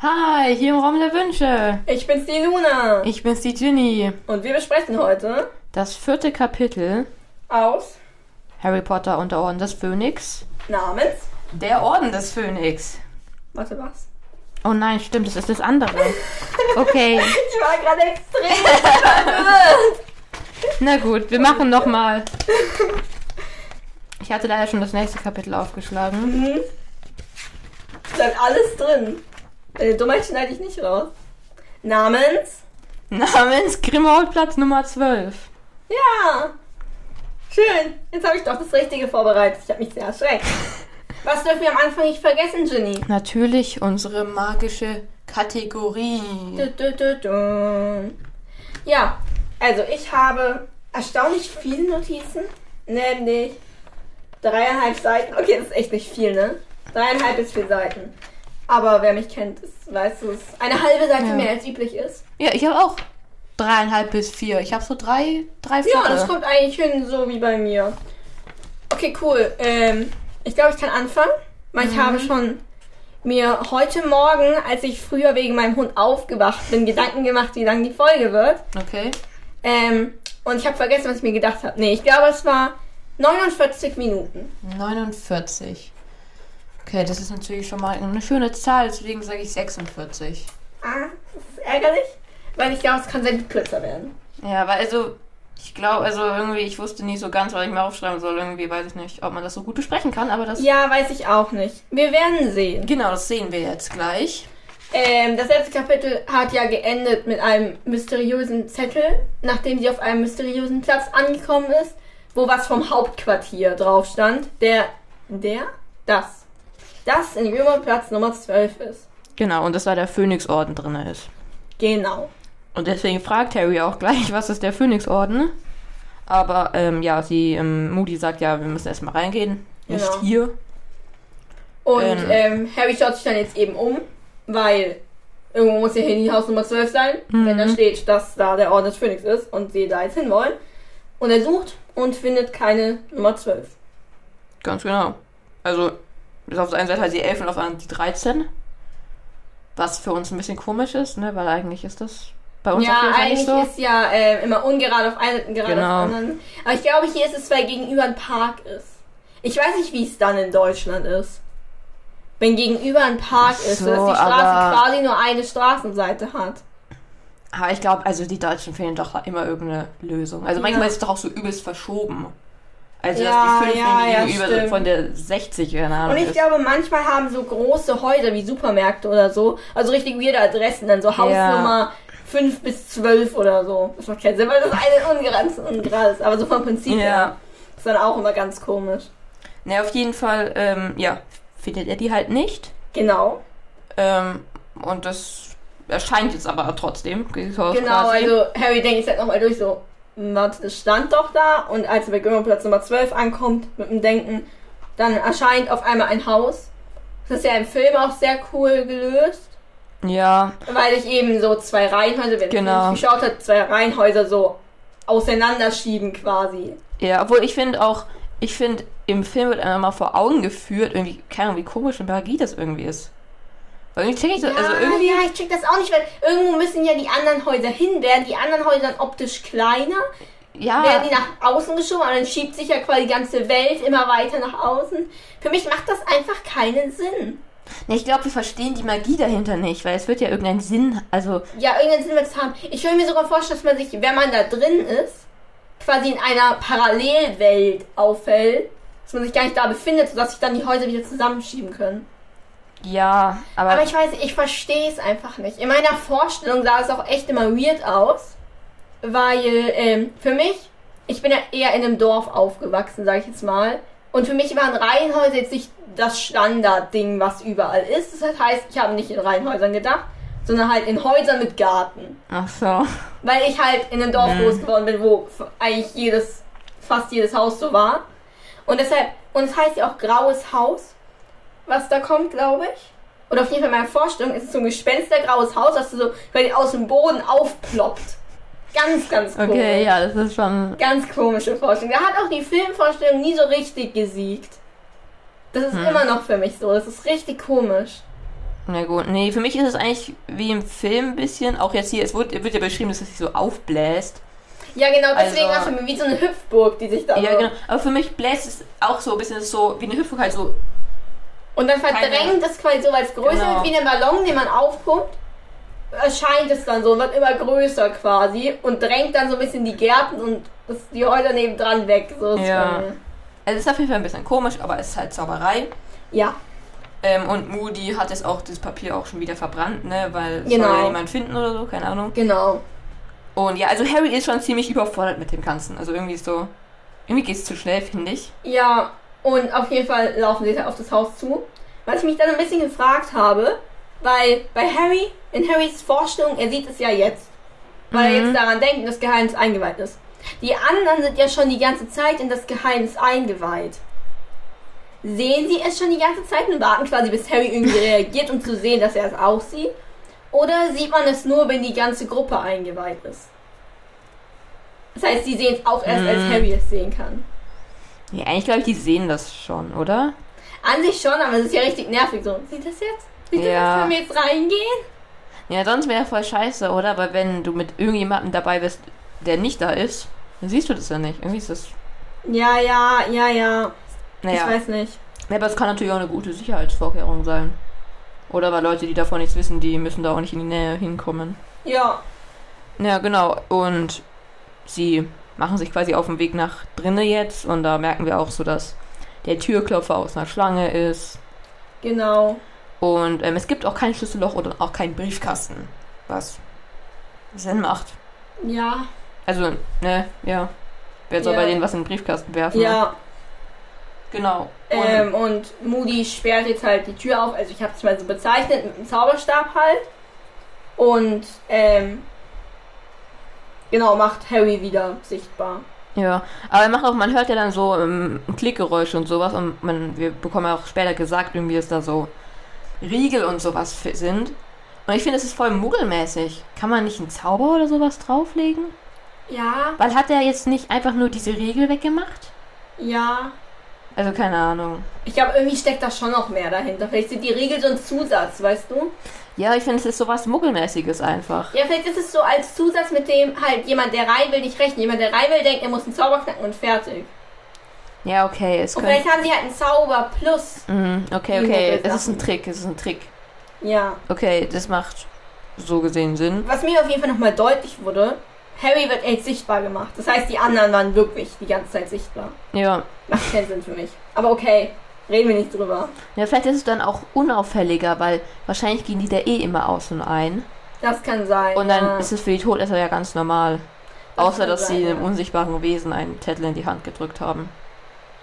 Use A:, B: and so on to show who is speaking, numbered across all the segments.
A: bei hier im Raum der Wünsche.
B: Ich bin's die Luna
A: Ich bin's die Ginny.
B: und wir besprechen heute
A: Das vierte Kapitel
B: aus
A: Harry Potter und der Orden des Phönix.
B: namens.
A: Der Orden des Phönix.
B: Warte, was?
A: Oh nein, stimmt, das ist das andere. Okay,
B: Ich war gerade extrem.
A: na gut, wir machen nochmal. Ich hatte leider schon das nächste Kapitel aufgeschlagen.
B: Mhm. Bleibt alles drin. Deine Dummheit schneide ich nicht raus. Namens.
A: Namens Grimmaultplatz Nummer 12.
B: Ja. Schön. Jetzt habe ich doch das Richtige vorbereitet. Ich habe mich sehr erschreckt. Was dürfen wir am Anfang nicht vergessen, Ginny?
A: Natürlich unsere magische Kategorie.
B: Du, du, du, du. Ja, also ich habe erstaunlich viele Notizen, nämlich dreieinhalb Seiten. Okay, das ist echt nicht viel, ne? Dreieinhalb bis vier Seiten. Aber wer mich kennt, ist, weiß es. ist Eine halbe Seite
A: Ja.
B: mehr als üblich ist.
A: Ja, ich habe auch dreieinhalb bis vier. Ich habe so drei, drei
B: Ja,
A: Viertel.
B: das kommt eigentlich hin, so wie bei mir. Okay, cool. Ähm, ich glaube, ich kann anfangen, weil ich habe schon mir heute Morgen, als ich früher wegen meinem Hund aufgewacht bin, Gedanken gemacht, wie lang die Folge wird.
A: Okay.
B: Ähm, und ich habe vergessen, was ich mir gedacht habe. Nee, ich glaube, es war 49 Minuten.
A: 49. Okay, das ist natürlich schon mal eine schöne Zahl, deswegen sage ich 46.
B: Ah, das ist ärgerlich. Weil ich glaube, es kann sehr gut kürzer werden.
A: Ja, weil also, ich glaube, also irgendwie, ich wusste nicht so ganz, was ich mir aufschreiben soll. Irgendwie weiß ich nicht, ob man das so gut besprechen kann, aber das.
B: Ja, weiß ich auch nicht. Wir werden sehen.
A: Genau, das sehen wir jetzt gleich.
B: Ähm, das letzte Kapitel hat ja geendet mit einem mysteriösen Zettel, nachdem sie auf einem mysteriösen Platz angekommen ist, wo was vom Hauptquartier drauf stand. Der, der, das. Das in Römerplatz Nummer 12 ist.
A: Genau, und dass da der Phönixorden drin ist.
B: Genau.
A: Und deswegen fragt Harry auch gleich, was ist der Phönixorden? Aber ähm, ja, sie, ähm, Moody sagt ja, wir müssen erstmal reingehen. Nicht
B: Genau.
A: hier.
B: Und
A: Ähm.
B: ähm. Harry schaut sich dann jetzt eben um, weil irgendwo muss ja hier die Hausnummer 12 sein, wenn
A: Mhm.
B: da steht, dass da der Orden des Phönix ist und sie da jetzt hinwollen. Und er sucht und findet keine Nummer 12.
A: Ganz genau. Also, ist auf der einen Seite halt die 11 und auf der anderen die 13. Was für uns ein bisschen komisch ist, ne? Weil eigentlich ist das bei uns auf
B: ja,
A: jeden Fall
B: eigentlich
A: nicht so.
B: ist ja äh, immer ungerade auf einen und gerade
A: Genau.
B: auf den anderen. Aber ich glaube, hier ist es, weil gegenüber ein Park ist. Ich weiß nicht, wie es dann in Deutschland ist. Wenn gegenüber ein Park ist,
A: So,
B: sodass die
A: aber-
B: Straße quasi nur eine Straßenseite hat.
A: Aber ich glaube, also die Deutschen finden doch immer irgendeine Lösung. Also manchmal
B: Ja.
A: ist es doch auch so übelst verschoben. Also,
B: Ja,
A: dass die 5
B: ja, ja,
A: gegenüber so
B: stimmt.
A: von der 60, keine Ahnung.
B: Und ich
A: ist.
B: glaube, manchmal haben so große Häuser wie Supermärkte oder so, also richtig weirde Adressen, dann so Hausnummer 5 bis 12 oder so. Das macht keinen Sinn, weil das eine ungerades ungerade ist. Aber so vom Prinzip
A: ja.
B: her ist dann auch immer ganz komisch.
A: Ne, auf jeden Fall, ähm, ja, findet er die halt nicht.
B: Genau.
A: Ähm, und das erscheint jetzt aber trotzdem. Genau,
B: Genau, also Harry denkt jetzt halt nochmal durch so, warte, das stand doch da. Und als er bei Grimmelplatz Nummer 12 ankommt mit dem Denken, dann erscheint auf einmal ein Haus. Das ist ja im Film auch sehr cool gelöst.
A: Ja,
B: Weil ich eben so zwei Reihenhäuser, wenn
A: Genau.
B: ich nicht geschaut habe, zwei Reihenhäuser so auseinanderschieben quasi.
A: Ja, obwohl ich finde auch, ich finde, im Film wird einem mal vor Augen geführt, irgendwie, keine Ahnung, wie komisch und Paragie das irgendwie ist. Weil irgendwie check ich das, also irgendwie,
B: ja, ich check das auch nicht, weil irgendwo müssen ja die anderen Häuser hin. Werden die anderen Häuser dann optisch kleiner, werden
A: ja,
B: die nach außen geschoben, aber dann schiebt sich ja quasi die ganze Welt immer weiter nach außen. Für mich macht das einfach keinen Sinn.
A: nee, ich glaube, wir verstehen die Magie dahinter nicht, weil es wird ja irgendein Sinn, also,
B: Ja, irgendeinen Sinn wird es haben. Ich will mir sogar vorstellen, dass man sich, wenn man da drin ist, quasi in einer Parallelwelt auffällt, dass man sich gar nicht da befindet, sodass sich dann die Häuser wieder zusammenschieben können.
A: ja, aber,
B: Aber ich weiß, nicht, ich verstehe es einfach nicht. In meiner Vorstellung sah es auch echt immer weird aus, weil ähm, für mich, ich bin ja eher in einem Dorf aufgewachsen, sag ich jetzt mal. Und für mich waren Reihenhäuser jetzt nicht das Standardding, was überall ist. Das heißt, ich habe nicht in Reihenhäusern gedacht, sondern halt in Häusern mit Garten.
A: ach so,
B: Weil ich halt in einem Dorf groß geworden bin, wo f- eigentlich jedes, fast jedes Haus so war. Und deshalb, und es heißt ja auch graues Haus, was da kommt, glaube ich. Oder auf jeden Fall in meiner Vorstellung ist es so ein gespenstergraues Haus, das so quasi aus dem Boden aufploppt. Ganz, ganz komisch.
A: okay, ja, das ist schon,
B: Ganz komische Vorstellung. Da hat auch die Filmvorstellung nie so
A: Hm.
B: richtig gesiegt. Das ist immer noch für mich so. Das ist richtig komisch.
A: Na gut, nee, für mich ist es eigentlich wie im Film ein bisschen. Auch jetzt hier, es wird, wird ja beschrieben, dass es sich so aufbläst.
B: Ja, genau, deswegen war
A: Also-
B: für mich wie so eine Hüpfburg, die sich da.
A: Ja,
B: so-
A: genau. Aber für mich bläst es auch so ein bisschen so wie eine Hüpfung halt so.
B: Und dann verdrängt
A: Keine-
B: das quasi so, weil es größer
A: Genau.
B: wird wie ein Ballon, den man aufpumpt. Erscheint es dann so, wird immer größer quasi und drängt dann so ein bisschen die Gärten und das, die Häuser nebendran weg. So ist
A: Ja.
B: bei mir.
A: Also es ist auf jeden Fall ein bisschen komisch, aber es ist halt Zauberei.
B: ja.
A: Ähm, und Moody hat es auch das Papier auch schon wieder verbrannt, ne? Weil es
B: Genau.
A: soll ja jemand finden oder so, keine Ahnung.
B: Genau.
A: Und ja, also Harry ist schon ziemlich überfordert mit dem Ganzen. Also irgendwie ist so. Irgendwie geht's zu schnell, finde ich.
B: Ja, und auf jeden Fall laufen sie dann auf das Haus zu. Was ich mich dann ein bisschen gefragt habe, weil bei Harry, in Harrys Vorstellung, er sieht es ja jetzt. Weil er
A: Mhm.
B: jetzt daran denkt, dass Geheimnis eingeweiht ist. Die anderen sind ja schon die ganze Zeit in das Geheimnis eingeweiht. Sehen sie es schon die ganze Zeit und warten quasi, bis Harry irgendwie reagiert, um zu sehen, dass er es auch sieht? Oder sieht man es nur, wenn die ganze Gruppe eingeweiht ist? Das heißt, sie sehen es auch erst, als
A: Mhm.
B: Harry es sehen kann.
A: Ja, eigentlich glaube ich, die sehen das schon, oder?
B: An sich schon, aber es ist ja richtig nervig so. Sieht das jetzt? Sieht das
A: Ja.
B: jetzt, wenn wir jetzt reingehen?
A: Ja, sonst wäre voll scheiße, oder? Aber wenn du mit irgendjemandem dabei bist, der nicht da ist, dann siehst du das ja nicht. Irgendwie ist das.
B: Ja, ja, ja, ja.
A: Naja.
B: Ich weiß nicht.
A: Ja, aber es kann natürlich auch eine gute Sicherheitsvorkehrung sein. Oder weil Leute, die davon nichts wissen, die müssen da auch nicht in die Nähe hinkommen.
B: Ja,
A: Ja, genau. Und sie machen sich quasi auf den Weg nach drinnen jetzt. Und da merken wir auch so, dass der Türklopfer aus einer Schlange ist.
B: genau.
A: Und ähm, es gibt auch kein Schlüsselloch oder auch keinen Briefkasten. Was Sinn macht.
B: Ja,
A: Also, ne, ja. Wer soll
B: Ja.
A: bei denen was in den Briefkasten werfen?
B: ja.
A: Genau. Und,
B: Ähm, und Moody sperrt jetzt halt die Tür auf. Also ich habe es mal so bezeichnet, mit dem Zauberstab halt. Und, ähm, genau, macht Harry wieder sichtbar.
A: Ja, aber man, macht auch, man hört ja dann so ähm, Klickgeräusche und sowas und man, wir bekommen ja auch später gesagt, irgendwie, dass da so Riegel und sowas fi- sind. Und ich finde, das ist voll muggelmäßig. Kann man nicht einen Zauber oder sowas drauflegen?
B: Ja,
A: Weil hat er jetzt nicht einfach nur diese Riegel weggemacht?
B: ja.
A: Also keine Ahnung.
B: Ich glaube, irgendwie steckt da schon noch mehr dahinter. Vielleicht sind die Regeln so ein Zusatz, weißt du?
A: Ja, ich finde, es ist sowas muggelmäßiges einfach.
B: Ja, vielleicht ist es so als Zusatz, mit dem halt jemand, der rein will, nicht rechnen. Jemand, der rein will, denkt, er muss einen Zauber knacken und fertig.
A: Ja, okay, es
B: Und
A: könnte...
B: vielleicht haben sie halt einen Zauber plus.
A: Mhm, okay,
B: die
A: okay, es
B: Muggelsachen.
A: ist ein Trick, es ist ein Trick.
B: Ja.
A: Okay, das macht so gesehen Sinn.
B: Was mir auf jeden Fall nochmal deutlich wurde, Harry wird echt sichtbar gemacht. Das heißt, die anderen waren wirklich die ganze Zeit sichtbar.
A: Ja,
B: Macht keinen Sinn für mich. Aber okay, reden wir nicht drüber.
A: Ja, vielleicht ist es dann auch unauffälliger, weil wahrscheinlich gehen die da eh immer aus und ein.
B: Das kann sein.
A: Und dann
B: ja.
A: ist es für die Todesser ja ganz normal.
B: Das
A: Außer,
B: kann
A: dass
B: sein,
A: sie
B: ja.
A: einem unsichtbaren Wesen einen Zettel in die Hand gedrückt haben.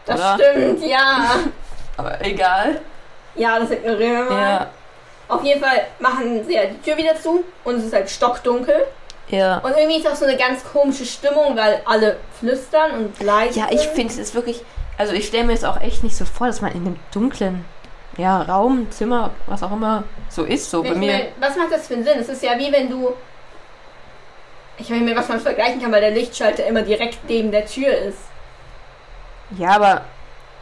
B: Das
A: oder?
B: stimmt, ja.
A: Aber egal.
B: Ja, das ignorieren wir mal.
A: Ja,
B: Auf jeden Fall machen sie ja die Tür wieder zu und es ist halt stockdunkel.
A: ja.
B: Und irgendwie ist auch so eine ganz komische Stimmung, weil alle flüstern und leise.
A: Ja, ich
B: sind.
A: finde es ist wirklich. Also, ich stelle mir es auch echt nicht so vor, dass man in einem dunklen ja, Raum, Zimmer, was auch immer, so ist. So
B: Ich
A: bei mir.
B: mein, was macht das für einen Sinn? Es ist ja wie wenn du. Ich meine, was man vergleichen kann, weil der Lichtschalter immer direkt neben der Tür ist.
A: Ja, aber.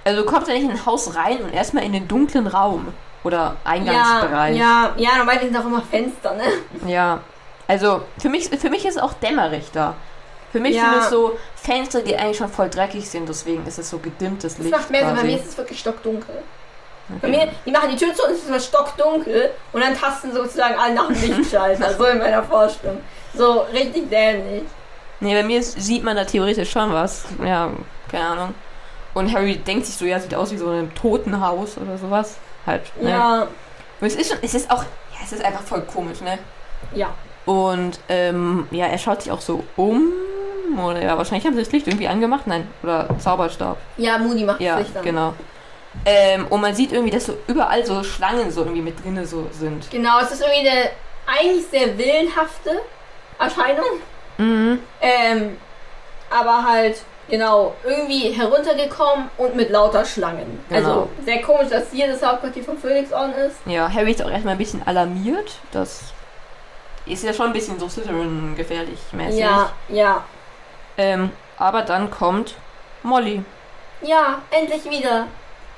A: Also, du kommst ja nicht in ein Haus rein und erstmal in den dunklen Raum. Oder
B: Ja,
A: Eingangsbereich.
B: ja, ja, normal sind auch immer Fenster, ne?
A: Ja, also für mich, für mich ist es auch dämmerig da. Für mich
B: Ja.
A: sind es so Fenster, die eigentlich schon voll dreckig sind, deswegen ist es so gedimmtes
B: Das
A: Licht.
B: macht mehr Sinn, bei
A: quasi.
B: mir ist es wirklich stockdunkel. Bei
A: Okay.
B: mir, die machen die Tür zu und es ist immer stockdunkel und dann tasten sozusagen alle nach dem Lichtschalter, so in meiner Vorstellung. So richtig dämlich.
A: Nee, bei mir ist, sieht man da theoretisch schon was. Ja, keine Ahnung. Und Harry denkt sich so, ja, sieht aus wie so ein Totenhaus oder sowas. Halt. Ne?
B: Ja,
A: Und es ist schon, es ist auch, ja, es ist einfach voll komisch, ne?
B: ja.
A: Und ähm, ja, er schaut sich auch so um. Oder ja, wahrscheinlich haben sie das Licht irgendwie angemacht. Nein, oder Zauberstab.
B: Ja, Moody macht
A: Ja,
B: es dann.
A: genau. Ähm, und man sieht irgendwie, dass so überall so Schlangen so irgendwie mit drinne so sind.
B: Genau, es ist irgendwie eine eigentlich sehr willenhafte Erscheinung.
A: Mhm.
B: Ähm, aber halt, genau, irgendwie heruntergekommen und mit lauter Schlangen. Also
A: Genau.
B: sehr komisch, dass hier das Hauptquartier von Phoenix On ist.
A: Ja, Harry ist auch erstmal ein bisschen alarmiert. Das ist ja schon ein bisschen so Slytherin gefährlich mäßig.
B: Ja, ja.
A: Ähm, aber dann kommt Molly.
B: Ja, endlich wieder.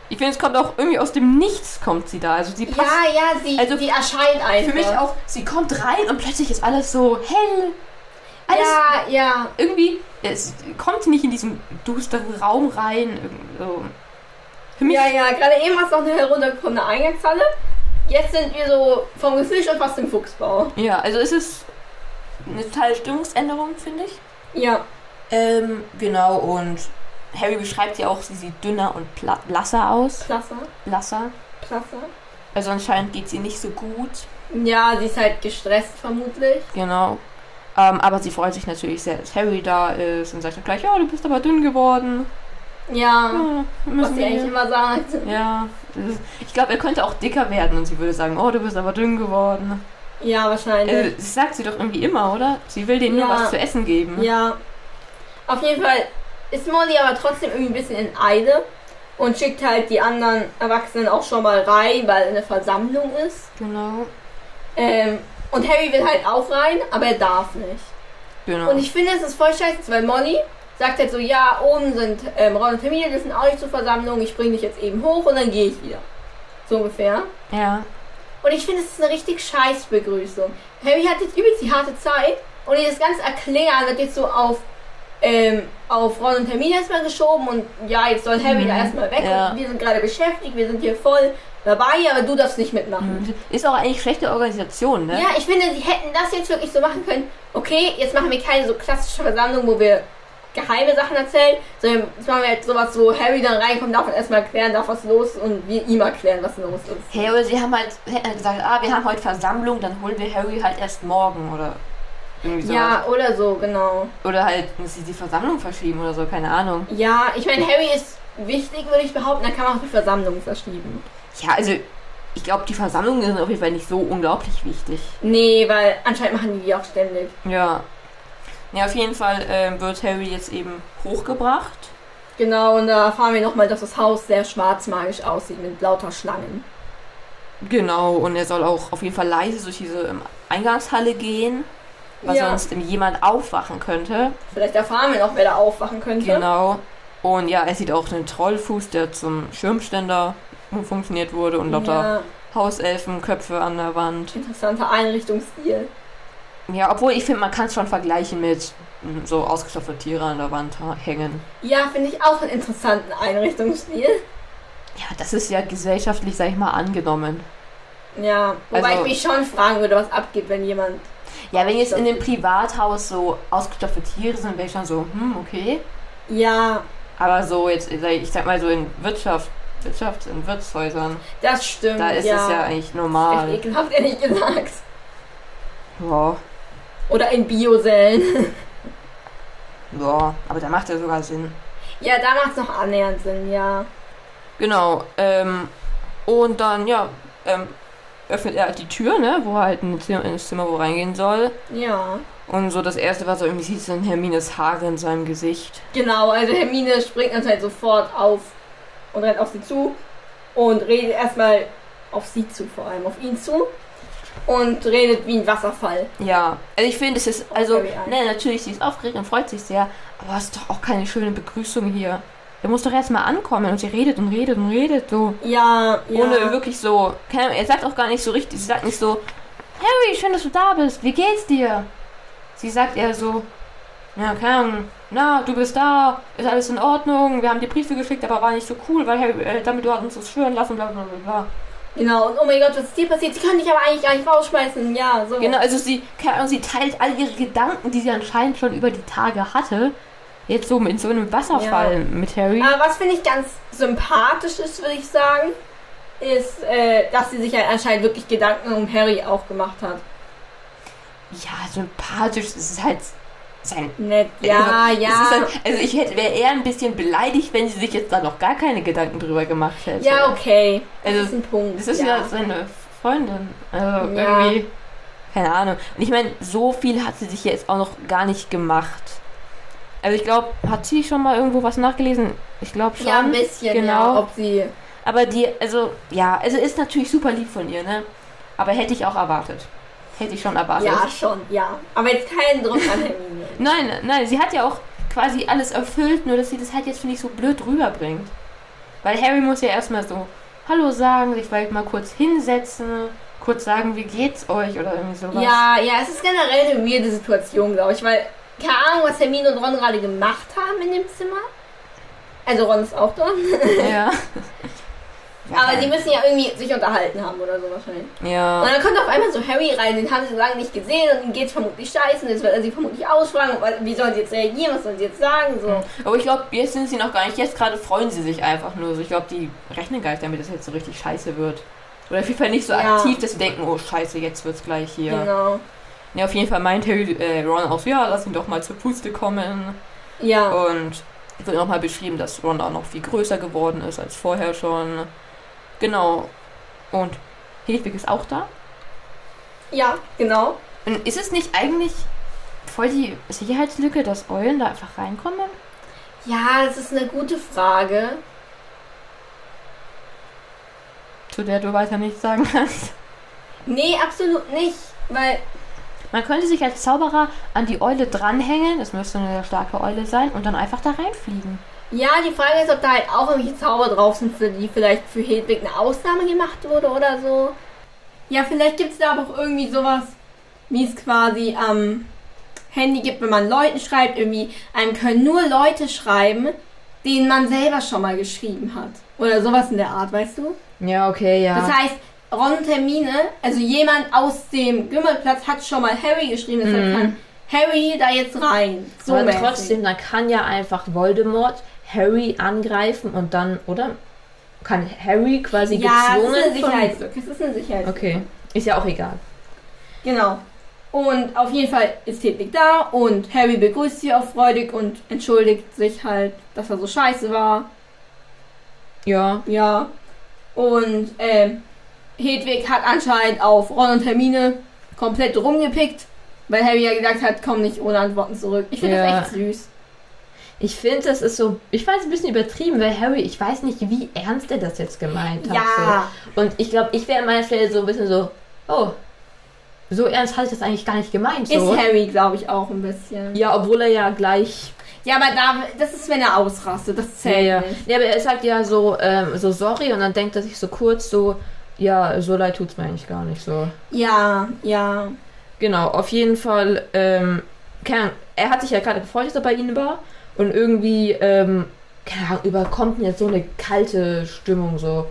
A: Ich finde, es kommt auch irgendwie aus dem Nichts kommt sie da. Also sie passt.
B: Ja, ja, sie,
A: Also,
B: sie erscheint einfach.
A: für mich auch, sie kommt rein und plötzlich ist alles so hell. Alles
B: Ja, ja.
A: irgendwie, es kommt nicht in diesen düsteren Raum rein. Irgend- So. Für mich,
B: Ja, ja, gerade eben war es noch eine heruntergekommene Eingangshalle. Jetzt sind wir so vom Gefühl schon fast im Fuchsbau.
A: ja, also es ist eine totale Stimmungsänderung, finde ich.
B: Ja.
A: Ähm, genau, und Harry beschreibt ja auch, sie sieht dünner und pla- blasser aus.
B: Klasse,
A: Blasser.
B: klasse.
A: Also anscheinend geht es ihr nicht so gut.
B: Ja, sie ist halt gestresst vermutlich.
A: Genau. Ähm, aber sie freut sich natürlich sehr, dass Harry da ist und sagt dann gleich, ja, du bist aber dünn geworden.
B: Ja,
A: Ja,
B: was
A: müssen
B: sie
A: wir
B: eigentlich immer sagt.
A: Ja, das ist- ich glaube, er könnte auch dicker werden und sie würde sagen, oh, du bist aber dünn geworden.
B: Ja, wahrscheinlich.
A: Also, das sagt sie doch irgendwie immer, oder? Sie will denen nur
B: Äh, Ja.
A: was zu essen geben.
B: Ja. Auf jeden Fall ist Molly aber trotzdem irgendwie ein bisschen in Eile und schickt halt die anderen Erwachsenen auch schon mal rein, weil eine Versammlung ist.
A: Genau.
B: Ähm, und Harry will halt auch rein, aber er darf nicht.
A: Genau.
B: Und ich finde, es ist voll scheiße, weil Molly sagt halt so, ja, oben sind ähm, Ron und Hermine dürfen auch nicht zur Versammlung, ich bringe dich jetzt eben hoch und dann gehe ich wieder. So ungefähr.
A: ja.
B: Und ich finde, es ist eine richtig scheiß Begrüßung. Harry hat jetzt übelst die harte Zeit und dieses ganze Erklären wird jetzt so auf, ähm, auf Ron und Hermine erstmal geschoben und ja, jetzt soll Harry
A: Mhm.
B: da erstmal weg
A: Ja.
B: und wir sind gerade beschäftigt, wir sind hier voll dabei, aber du darfst nicht mitmachen.
A: Mhm. Ist auch eigentlich schlechte Organisation, ne?
B: Ja, ich finde, sie hätten das jetzt wirklich so machen können. Okay, jetzt machen wir keine so klassische Versammlung, wo wir geheime Sachen erzählen, sondern jetzt machen wir halt sowas, wo Harry dann reinkommt, darf und erstmal erklären, darf was los ist und wir ihm erklären, was los ist.
A: Hey, oder sie haben halt hätten halt gesagt, ah, wir haben heute Versammlung, dann holen wir Harry halt erst morgen oder irgendwie so.
B: Ja, oder so, genau.
A: Oder halt, dass sie die Versammlung verschieben oder so, keine Ahnung.
B: Ja, ich meine, Harry ist wichtig, würde ich behaupten, dann kann man auch die Versammlung verschieben.
A: Ja, also, ich glaube, die Versammlungen sind auf jeden Fall nicht so unglaublich wichtig.
B: Nee, weil anscheinend machen die die auch ständig.
A: Ja. Ja, auf jeden Fall ähm, wird Harry jetzt eben hochgebracht.
B: Genau, und da erfahren wir nochmal, dass das Haus sehr schwarzmagisch aussieht mit lauter Schlangen.
A: Genau, und er soll auch auf jeden Fall leise durch diese ähm, Eingangshalle gehen, weil
B: Ja.
A: sonst ähm, jemand aufwachen könnte.
B: Vielleicht erfahren wir noch, wer da aufwachen könnte.
A: Genau. Und ja, er sieht auch einen Trollfuß, der zum Schirmständer umfunktioniert wurde und lauter
B: Ja,
A: Hauselfenköpfe an der Wand.
B: interessanter Einrichtungsstil.
A: Ja, obwohl ich finde, man kann es schon vergleichen mit mm, so ausgestopfte Tiere an der Wand ha- hängen.
B: Ja, finde ich auch einen interessanten Einrichtungsstil.
A: Ja, das ist ja gesellschaftlich, sag ich mal, angenommen.
B: Ja, wobei
A: Also-
B: ich mich schon fragen würde, was abgeht, wenn jemand.
A: Ja, wenn jetzt in dem Privathaus so ausgestopfte Tiere sind, wäre ich schon so, hm, okay.
B: Ja,
A: Aber so jetzt, ich sag mal so in Wirtschaft, Wirtschafts- und Wirtshäusern,
B: das stimmt.
A: da ist
B: Ähm, ja.
A: es ja eigentlich
B: Echt
A: normal.
B: ekelhaft, ehrlich gesagt.
A: Ja,
B: Oder in Biosälen.
A: ja, aber da macht ja sogar Sinn.
B: ja, da macht es noch annähernd Sinn, ja.
A: Genau, ähm, und dann, ja, ähm, öffnet er halt die Tür, ne, wo er halt in das Zimmer, in das Zimmer wo reingehen soll.
B: Ja.
A: Und so das Erste, was er irgendwie sieht, sind Hermines Haare in seinem Gesicht.
B: Genau, also Hermine springt uns halt sofort auf und rennt auf sie zu und redet erstmal auf sie zu, vor allem auf ihn zu und redet wie ein Wasserfall.
A: Ja, also ich finde, es ist, also,
B: Very nice.
A: ne, natürlich, sie ist aufgeregt und freut sich sehr, aber es ist doch auch keine schöne Begrüßung hier. Er muss doch erstmal ankommen und sie redet und redet und redet so.
B: Ja, ja.
A: Ohne wirklich so, keine Ahnung, er sagt auch gar nicht so richtig, sie sagt nicht so, Harry, schön, dass du da bist, wie geht's dir? Sie sagt eher so, ja, keine Ahnung, na, du bist da, ist alles in Ordnung, wir haben dir Briefe geschickt, aber war nicht so cool, weil Harry, äh, damit du hast uns das schwören lassen, bla bla bla bla.
B: Genau, und oh mein Gott, was ist dir passiert? Sie können dich aber eigentlich gar nicht rausschmeißen. Ja, so.
A: Genau, also sie, keine Ahnung, sie teilt all ihre Gedanken, die sie anscheinend schon über die Tage hatte, jetzt so in so einem Wasserfall mit Harry.
B: Aber was finde ich ganz sympathisch ist, würde ich sagen, ist, äh, dass sie sich halt anscheinend wirklich Gedanken um Harry auch gemacht hat.
A: Ja, sympathisch, es ist halt sein.
B: Nett. Ja,
A: also,
B: ja.
A: Es ist halt, also ich hätte, wäre eher ein bisschen beleidigt, wenn sie sich jetzt da noch gar keine Gedanken drüber gemacht hätte.
B: ja, okay. Das
A: Also,
B: ist ein Punkt.
A: Das ist ja, seine Freundin. Also
B: Ja.
A: irgendwie. Keine Ahnung. Und ich meine, so viel hat sie sich jetzt auch noch gar nicht gemacht. Also ich glaube, hat sie schon mal irgendwo was nachgelesen? Ich glaube schon.
B: Ja, ein bisschen,
A: Genau.
B: ja, ob sie.
A: Aber die, also, ja, also ist natürlich super lieb von ihr, ne? Aber hätte ich auch erwartet. Hätte ich schon erwartet.
B: ja, schon, ja. Aber jetzt keinen Druck an Hermine.
A: Nein, nein, sie hat ja auch quasi alles erfüllt, nur dass sie das halt jetzt, finde ich, so blöd rüberbringt.
C: Weil Harry muss ja erstmal so Hallo sagen, sich vielleicht mal kurz hinsetzen, kurz sagen, wie geht's euch oder irgendwie sowas.
B: Ja, ja, es ist generell eine weirde Situation, glaube ich, weil keine Ahnung, was Hermine und Ron gerade gemacht haben in dem Zimmer. Also Ron ist auch dran.
C: Ja.
B: Aber die müssen ja irgendwie sich unterhalten haben oder so wahrscheinlich. Und
C: Ja.
B: dann kommt auf einmal so Harry rein, den haben sie so lange nicht gesehen und ihm geht's vermutlich scheiße und jetzt wird er sie vermutlich ausfragen, und was- wie sollen sie jetzt reagieren, was sollen sie jetzt sagen, so.
C: Aber ich glaube, jetzt sind sie noch gar nicht. Jetzt gerade freuen sie sich einfach nur so. Ich glaube, die rechnen gar nicht damit, dass jetzt so richtig scheiße wird. Oder auf jeden Fall nicht so
B: Ja.
C: aktiv, dass sie denken, oh scheiße, jetzt wird's gleich hier.
B: Genau.
C: Ja, auf jeden Fall meint Harry äh, Ron auch so, ja, lass ihn doch mal zur Puste kommen.
A: Oh.
B: Ja.
C: Und es wird nochmal beschrieben, dass Ron auch noch viel größer geworden ist als vorher schon. Genau. Und Hedwig ist auch da.
B: Ja, genau.
C: Und ist es nicht eigentlich voll die Sicherheitslücke, dass Eulen da einfach reinkommen?
B: Ja, das ist eine gute Frage.
C: Zu der du weiter nichts sagen kannst.
B: Nee, absolut nicht. Weil,
C: Man könnte sich als Zauberer an die Eule dranhängen, das müsste eine sehr starke Eule sein, und dann einfach da reinfliegen.
B: ja, die Frage ist, ob da halt auch irgendwelche Zauber drauf sind, für die vielleicht für Hedwig eine Ausnahme gemacht wurde oder so. Ja, vielleicht gibt es da aber auch irgendwie sowas, wie es quasi am Handy gibt, wenn man Leuten schreibt, irgendwie, einem können nur Leute schreiben, denen man selber schon mal geschrieben hat. Oder sowas in der Art, weißt du?
C: Ja, okay, ja.
B: Das heißt, Ron und Hermine, also jemand aus dem Gümmelplatz hat schon mal Harry geschrieben, deshalb kann Harry da jetzt rein. So
A: Mhm. Aber
B: mäßig.
A: trotzdem, dann kann ja einfach Voldemort Harry angreifen und dann, oder? Kann Harry quasi
B: Ja, es ist
A: gezwungen
B: eine
A: von-
B: Sicherheitslücke. Es ist eine Sicherheitslücke.
A: Okay, ist ja auch egal.
B: Genau. Und auf jeden Fall ist Hedwig da und Harry begrüßt sie auch freudig und entschuldigt sich halt, dass er so scheiße war.
A: Ja.
B: Ja. Und ähm, Hedwig hat anscheinend auf Ron und Hermine komplett rumgepickt, weil Harry ja gesagt hat, komm nicht ohne Antworten zurück. Ich finde
A: Ja.
B: das echt süß.
A: Ich finde, das ist so, ich fand es ein bisschen übertrieben, weil Harry, ich weiß nicht, wie ernst er das jetzt gemeint hat.
B: Ja.
A: So. Und ich glaube, ich wäre an meiner Stelle so ein bisschen so, oh, so ernst hatte ich das eigentlich gar nicht gemeint. So.
B: Ist Harry, glaube ich, auch ein bisschen.
A: ja, obwohl er ja gleich
B: Ja, aber da, das ist, wenn er ausrastet. Das zählt
A: ja, ja.
B: nicht.
A: ja, aber er sagt ja so, ähm, so sorry und dann denkt er sich so kurz so, ja, so leid tut's mir eigentlich gar nicht so.
B: Ja, ja.
A: Genau, auf jeden Fall, ähm, keine Ahnung, er hat sich ja gerade gefreut, dass er bei ihnen war und irgendwie, ähm, keine Ahnung, überkommt ihn jetzt so eine kalte Stimmung so.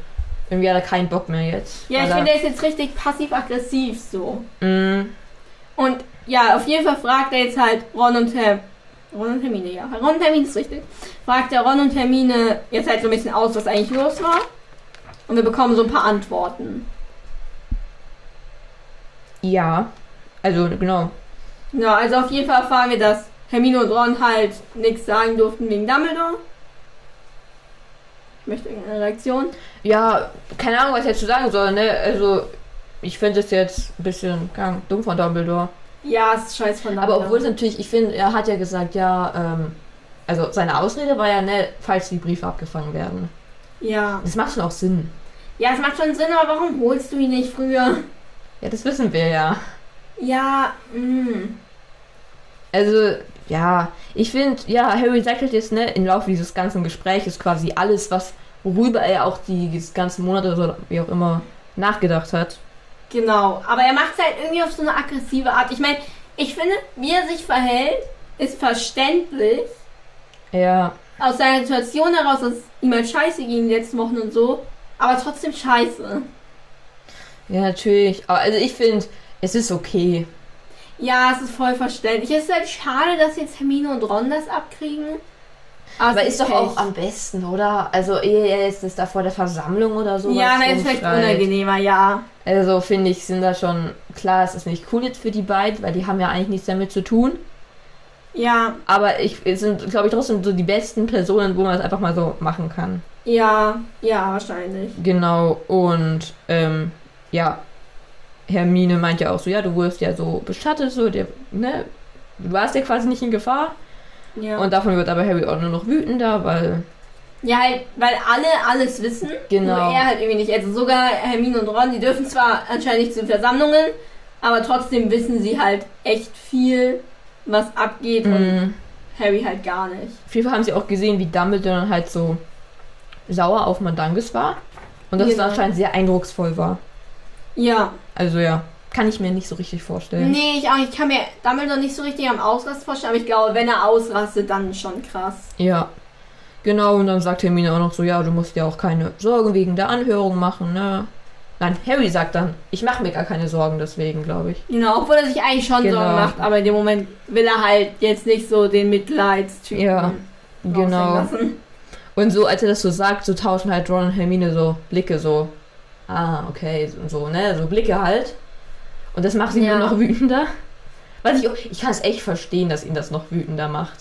A: Irgendwie hat er keinen Bock mehr jetzt.
B: Ja,
A: weil
B: ich
A: er-
B: finde, der ist jetzt richtig passiv-aggressiv so.
A: Mm,
B: Und ja, auf jeden Fall fragt er jetzt halt Ron und Herm. Ron und Hermine, ja. Ron und Hermine ist richtig. Fragt er Ron und Hermine jetzt halt so ein bisschen aus, was eigentlich los war. Und wir bekommen so ein paar Antworten.
A: ja, also genau.
B: Ja, also auf jeden Fall erfahren wir, dass Hermine und Ron halt nichts sagen durften wegen Dumbledore. Ich möchte irgendeine Reaktion.
A: Ja, keine Ahnung, was ich jetzt zu sagen soll, ne? Also, ich finde es jetzt ein bisschen keine Ahnung, dumm von Dumbledore.
B: Ja, es ist scheiß von
A: Aber
B: Dumbledore.
A: obwohl es natürlich, ich finde, er hat ja gesagt, ja, ähm, also seine Ausrede war ja, ne, falls die Briefe abgefangen werden.
B: Ja.
A: Das macht schon auch Sinn.
B: Ja, es macht schon Sinn, aber warum holst du ihn nicht früher?
A: Ja, das wissen wir ja.
B: Ja, mm.
A: Also, ja, ich finde, ja, Harry sagt halt jetzt, ne, im Laufe dieses ganzen Gesprächs quasi alles, was, worüber er auch die, die ganzen Monate oder so, wie auch immer, nachgedacht hat.
B: Genau. Aber er macht es halt irgendwie auf so eine aggressive Art. Ich meine, ich finde, wie er sich verhält, ist verständlich.
A: Ja,
B: Aus seiner Situation heraus, dass es ihm halt scheiße ging in den letzten Wochen und so. Aber trotzdem scheiße.
A: ja, natürlich. Aber also ich finde, es ist okay.
B: Ja, es ist voll verständlich. Es ist halt schade, dass jetzt Hermine und Ron das abkriegen.
A: Aber
B: es
A: ist doch
B: Pech.
A: auch am besten, oder? Also, ehe er jetzt das da vor der Versammlung oder so.
B: Ja, na, ist vielleicht unangenehmer, ja.
A: Also finde ich, sind da schon klar, es ist nicht cool jetzt für die beiden, weil die haben ja eigentlich nichts damit zu tun.
B: Ja,
A: Aber ich es sind, glaube ich, trotzdem so die besten Personen, wo man das einfach mal so machen kann.
B: ja, ja, wahrscheinlich.
A: Genau, und ähm, ja, Hermine meint ja auch so, ja, du wurdest ja so beschattet, so, dir, ne? Du warst ja quasi nicht in Gefahr.
B: Ja.
A: Und davon wird aber Harry auch nur noch wütender, weil.
B: Ja, halt, weil alle alles wissen.
A: Genau.
B: Nur er halt irgendwie nicht. Also sogar Hermine und Ron, die dürfen zwar anscheinend nicht zu Versammlungen, aber trotzdem wissen sie halt echt viel, was abgeht und
A: Mhm.
B: Harry halt gar nicht.
A: Auf jeden Fall haben sie auch gesehen, wie Dumbledore dann halt so sauer auf Mandanges war und dass
B: Genau.
A: es anscheinend sehr eindrucksvoll war.
B: Ja.
A: Also ja, kann ich mir nicht so richtig vorstellen.
B: Nee, ich auch. nicht. Ich kann mir Dumbledore nicht so richtig am Ausrast vorstellen, aber ich glaube, wenn er ausrastet, dann schon krass.
A: Ja. Genau, und dann sagt Hermine auch noch so, ja, du musst dir auch keine Sorgen wegen der Anhörung machen, ne? Nein, Harry sagt dann, ich mache mir gar keine Sorgen deswegen, glaube ich.
B: Genau, obwohl er sich eigentlich schon
A: Genau.
B: Sorgen macht, aber in dem Moment will er halt jetzt nicht so den Mitleidstypen
A: Ja,
B: raushängen
A: Genau.
B: lassen.
A: Und so, als er das so sagt, so tauschen halt Ron und Hermine so Blicke, so, ah, okay, und so, ne? So Blicke halt. Und das macht ihn
B: Ja.
A: nur noch wütender. Was ich auch, ich kann es echt verstehen, dass ihn das noch wütender macht.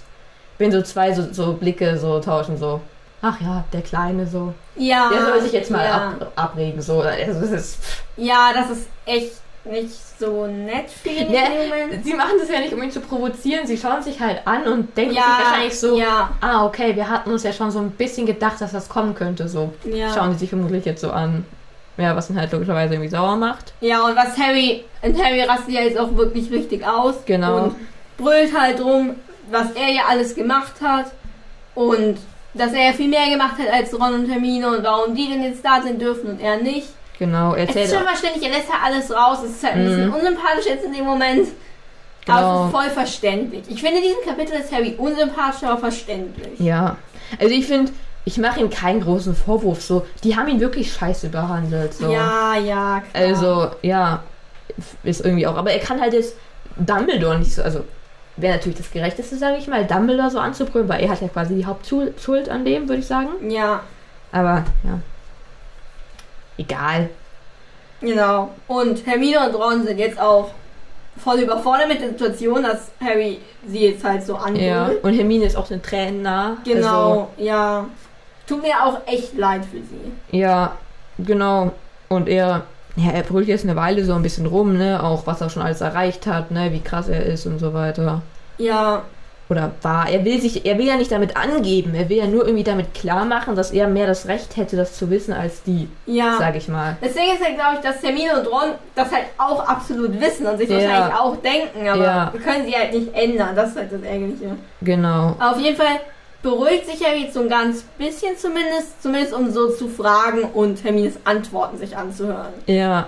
A: Wenn so zwei so, so Blicke so tauschen, so, ach ja, der Kleine so.
B: Ja.
A: Der soll sich jetzt mal
B: Ah, ja.
A: ab, abregen, so. Also, das ist,
B: Ja, das ist echt nicht so nett für ihn
A: Ja,
B: in dem Moment.
A: Sie machen das ja nicht, um ihn zu provozieren. Sie schauen sich halt an und denken
B: Ja,
A: sich wahrscheinlich so,
B: ja,
A: ah, okay, wir hatten uns ja schon so ein bisschen gedacht, dass das kommen könnte. So
B: ja.
A: schauen die sich vermutlich jetzt so an. Ja, was ihn halt logischerweise irgendwie sauer macht.
B: Ja, und was Harry, und Harry rastet ja jetzt auch wirklich richtig aus.
A: Genau.
B: Und brüllt halt rum, was er ja alles gemacht hat. Und dass er ja viel mehr gemacht hat als Ron und Hermine und warum die denn jetzt da sein dürfen und er nicht.
A: Genau,
B: Es ist
A: erzählt
B: schon verständlich, er lässt ja alles raus. Es ist halt ein bisschen
A: Mhm.
B: unsympathisch jetzt in dem Moment. Aber
A: Genau.
B: es ist voll verständlich. Ich finde, in diesem Kapitel ist Harry unsympathisch, aber verständlich.
A: Ja. Also ich finde, ich mache ihm keinen großen Vorwurf. So, die haben ihn wirklich scheiße behandelt. So.
B: Ja, ja, klar.
A: Also, ja, ist irgendwie auch. Aber er kann halt jetzt Dumbledore nicht so. Also, wäre natürlich das Gerechteste, sage ich mal, Dumbledore so anzubrüllen, weil er hat ja quasi die Hauptschuld Schuld an dem, würde ich sagen.
B: Ja,
A: Aber, ja. Egal.
B: genau. Und Hermine und Ron sind jetzt auch voll überfordert mit der Situation, dass Harry sie jetzt halt so anbrüllt.
A: Ja. Und Hermine ist auch den Tränen nah. Also,
B: Genau, ja. Tut mir auch echt leid für sie.
A: ja, genau. Und er. Ja, er brüllt jetzt eine Weile so ein bisschen rum, ne? Auch was er schon alles erreicht hat, ne? Wie krass er ist und so weiter.
B: Ja,
A: oder war. Er will sich, er will ja nicht damit angeben, er will ja nur irgendwie damit klar machen, dass er mehr das Recht hätte, das zu wissen als die,
B: ja.
A: sage ich mal.
B: Deswegen ist ja, glaube ich, dass Hermine und Ron das halt auch absolut wissen und sich
A: Ja.
B: wahrscheinlich auch denken, aber
A: Ja.
B: wir können sie halt nicht ändern. Das ist halt das Ärgerliche.
A: Genau.
B: Aber auf jeden Fall beruhigt sich Harry jetzt so ein ganz bisschen zumindest, zumindest um so zu fragen und Hermines Antworten sich anzuhören.
A: Ja,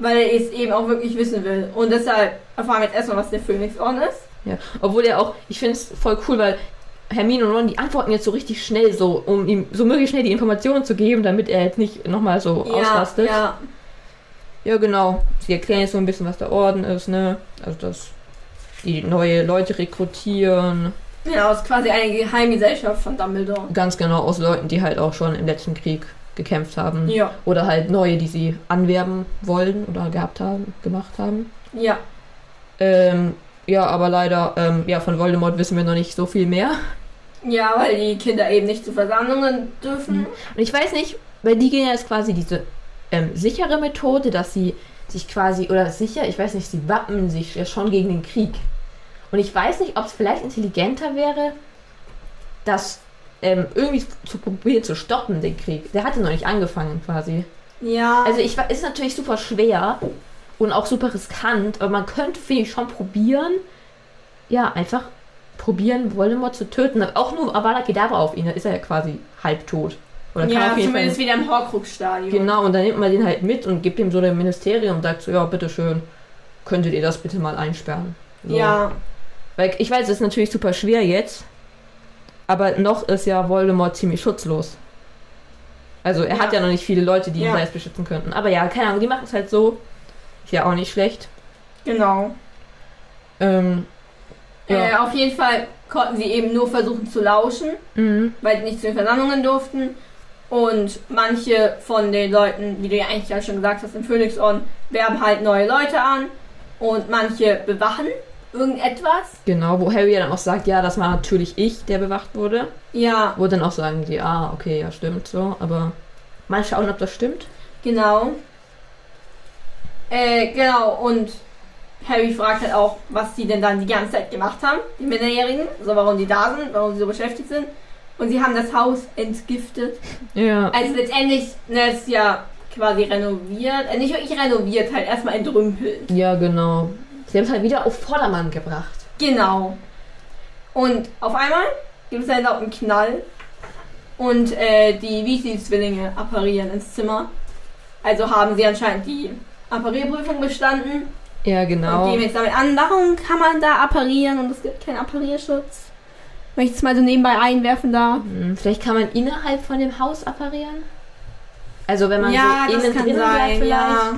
B: Weil er es eben auch wirklich wissen will. Und deshalb erfahren wir jetzt erstmal, was der Phönixorden ist.
A: ja. Obwohl er auch, ich finde es voll cool, weil Hermine und Ron, die antworten jetzt so richtig schnell, so, um ihm so möglichst schnell die Informationen zu geben, damit er jetzt nicht nochmal so ausrastet. Ja.
B: ja.
A: ja, genau. Sie erklären jetzt so ein bisschen, was der Orden ist, ne? Also, dass die neue Leute rekrutieren.
B: Genau, es ist quasi eine Geheimgesellschaft von Dumbledore.
A: Ganz genau aus Leuten, die halt auch schon im letzten Krieg gekämpft haben.
B: Ja.
A: Oder halt neue, die sie anwerben wollen oder gehabt haben, gemacht haben.
B: Ja.
A: Ähm, ja, aber leider, ähm, ja, von Voldemort wissen wir noch nicht so viel mehr.
B: Ja, weil die Kinder eben nicht zu Versammlungen dürfen.
A: Und ich weiß nicht, weil die gehen ja jetzt quasi diese ähm, sichere Methode, dass sie sich quasi, oder sicher, ich weiß nicht, sie wappnen sich ja schon gegen den Krieg. Und ich weiß nicht, ob es vielleicht intelligenter wäre, das ähm, irgendwie zu probieren zu stoppen, den Krieg. Der hatte noch nicht angefangen quasi.
B: Ja.
A: Also ich wa- ist natürlich super schwer und auch super riskant, aber man könnte, finde ich, schon probieren, ja, einfach probieren, Voldemort zu töten. Auch nur Avada Kedavra auf ihn, da ist er ja quasi halbtot. Oder kann
B: ja,
A: auf jeden
B: zumindest
A: Fall.
B: wieder im Horcrux-Stadion.
A: Genau, und dann nimmt man den halt mit und gibt ihm so dem Ministerium und sagt so, ja, bitteschön, könntet ihr das bitte mal einsperren. So.
B: Ja.
A: Weil ich weiß, es ist natürlich super schwer jetzt, aber noch ist ja Voldemort ziemlich schutzlos. Also er
B: Ja.
A: hat ja noch nicht viele Leute, die ihn
B: Ja.
A: selbst beschützen könnten. Aber ja, keine Ahnung, die machen es halt so. Ist ja auch nicht schlecht.
B: Genau.
A: Ähm,
B: Äh,
A: ja.
B: auf jeden Fall konnten sie eben nur versuchen zu lauschen,
A: Mhm.
B: weil sie nicht zu den Versammlungen durften. Und manche von den Leuten, wie du ja eigentlich ja schon gesagt hast, im Phönixorden, werben halt neue Leute an. Und manche bewachen irgendetwas.
A: Genau, wo Harry ja dann auch sagt, ja, das war natürlich ich, der bewacht wurde.
B: Ja,
A: Wo dann auch sagen die, ah, okay, ja, stimmt so. Aber mal schauen, ob das stimmt.
B: Genau. Äh, genau, und Harry fragt halt auch, was die denn dann die ganze Zeit gemacht haben, die Minderjährigen, so warum die da sind, warum sie so beschäftigt sind. Und sie haben das Haus entgiftet.
A: Ja.
B: Also letztendlich, ne, ist ja quasi renoviert, äh, nicht wirklich renoviert, halt erstmal entrümpelt.
A: Ja, genau. Sie haben es halt wieder auf Vordermann gebracht.
B: Genau. Und auf einmal gibt es einen lauten Knall und äh, die Weasley-Zwillinge apparieren ins Zimmer. Also haben sie anscheinend die Apparierprüfung bestanden
A: Ja, genau.
B: und gehen jetzt damit an. Warum kann man da apparieren und es gibt keinen Apparierschutz? Möchte ich es mal so nebenbei einwerfen da?
A: Hm, Vielleicht kann man innerhalb von dem Haus apparieren? Also wenn man
B: ja,
A: so
B: das
A: innen
B: kann
A: drin bleibt
B: sein,
A: vielleicht?
B: ja.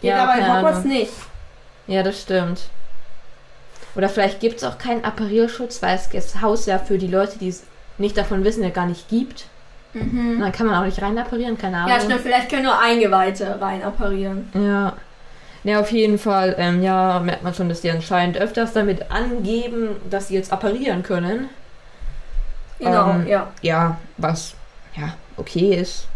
B: Geht
A: Ja,
B: aber in
A: keine
B: Hogwarts
A: Ahnung.
B: nicht.
A: Ja, das stimmt. Oder vielleicht gibt es auch keinen Apparierschutz, weil es das Haus ja für die Leute, die es nicht davon wissen, ja gar nicht gibt. Und dann kann man auch nicht rein apparieren, keine Ahnung.
B: Mhm. Ja, stimmt, vielleicht können nur Eingeweihte rein apparieren.
A: Ja. Ja, auf jeden Fall, ähm, ja, merkt man schon, dass die anscheinend öfters damit angeben, dass sie jetzt apparieren können.
B: Genau,
A: Ähm,
B: ja.
A: Ja, was, ja, okay ist.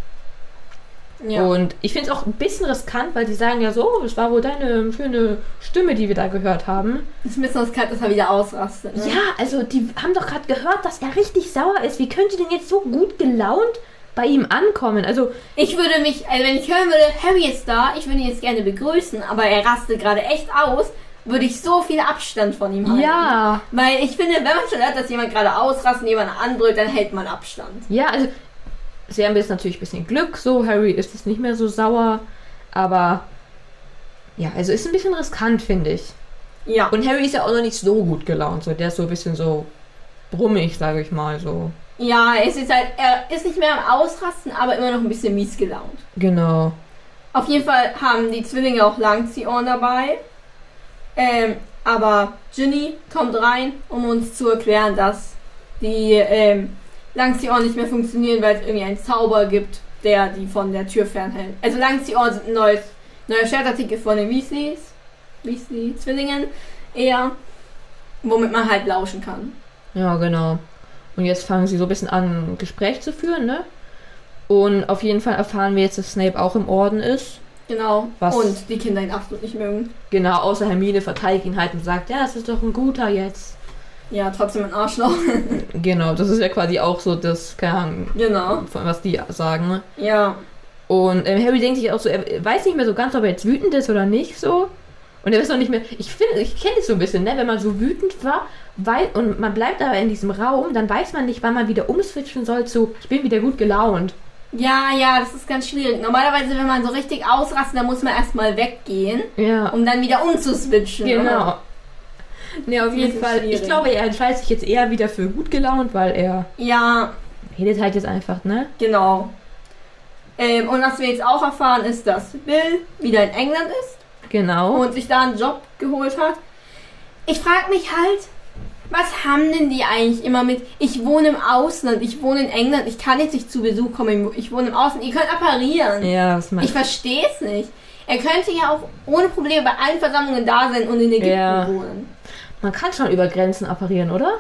B: ja.
A: Und ich finde es auch ein bisschen riskant, weil die sagen ja so, oh, es war wohl deine schöne Stimme, die wir da gehört haben.
B: Es ist ein bisschen riskant, dass er wieder ausrastet. Ne?
A: Ja, also die haben doch gerade gehört, dass er richtig sauer ist. Wie könnt ihr denn jetzt so gut gelaunt bei ihm ankommen? Also,
B: Ich würde mich, also wenn ich hören würde, Harry ist da, ich würde ihn jetzt gerne begrüßen, aber er rastet gerade echt aus, würde ich so viel Abstand von ihm halten.
A: Oh, ja.
B: Weil ich finde, wenn man schon hört, dass jemand gerade ausrastet und jemand anbrüllt, dann hält man Abstand.
A: Ja, also, sie haben jetzt natürlich ein bisschen Glück. So, Harry ist jetzt nicht mehr so sauer. Aber, ja, also ist ein bisschen riskant, finde ich.
B: Ja.
A: Und Harry ist ja auch noch nicht so gut gelaunt. So, der ist so ein bisschen so brummig, sage ich mal. So,
B: Ja, es ist halt, er ist nicht mehr am Ausrasten, aber immer noch ein bisschen mies gelaunt.
A: genau.
B: Auf jeden Fall haben die Zwillinge auch Langziehorn dabei. Ähm, aber Ginny kommt rein, um uns zu erklären, dass die ähm, Langziehorn nicht mehr funktionieren, weil es irgendwie einen Zauber gibt, der die von der Tür fernhält. Also Langziehorn sind ein neues, neuer Shirtartikel von den Weasleys. Weasley-Zwillingen eher. Womit man halt lauschen kann.
A: Ja, genau. Und jetzt fangen sie so ein bisschen an, ein Gespräch zu führen, ne? Und auf jeden Fall erfahren wir jetzt, dass Snape auch im Orden ist.
B: Genau.
A: Was?
B: Und die Kinder ihn absolut nicht mögen.
A: Genau, außer Hermine verteidigt ihn halt und sagt, ja, es ist doch ein guter jetzt.
B: Ja, trotzdem ein Arschloch.
A: Genau, das ist ja quasi auch so das, keine Ahnung,
B: genau.
A: von was die sagen. ne?
B: Ja.
A: Und ähm, Harry denkt sich auch so, er weiß nicht mehr so ganz, ob er jetzt wütend ist oder nicht so. Und er weiß noch nicht mehr, ich finde, ich kenne es so ein bisschen, ne? wenn man so wütend war, weil, und man bleibt aber in diesem Raum, dann weiß man nicht, wann man wieder umswitchen soll zu, ich bin wieder gut gelaunt.
B: Ja, ja, das ist ganz schwierig. Normalerweise, wenn man so richtig ausrastet, dann muss man erstmal weggehen,
A: Ja.
B: um dann wieder umzuswitchen. oder?
A: Genau. Ne, auf
B: Das
A: jeden
B: ist
A: Fall. Ich
B: schwierig.
A: glaube, er entscheidet sich jetzt eher wieder für gut gelaunt, weil er
B: Ja,
A: redet halt jetzt einfach, ne?
B: genau. Ähm, und was wir jetzt auch erfahren, ist, dass Bill wieder in England ist
A: Genau.
B: und sich da einen Job geholt hat. Ich frage mich halt, was haben denn die eigentlich immer mit, ich wohne im Ausland, ich wohne in England, ich kann jetzt nicht zu Besuch kommen, ich wohne im Ausland, ihr könnt apparieren.
A: ja, was
B: Ich
A: meinst
B: verstehe es nicht. Er könnte ja auch ohne Probleme bei allen Versammlungen da sein und in Ägypten
A: Ja.
B: wohnen.
A: Man kann schon über Grenzen apparieren, oder?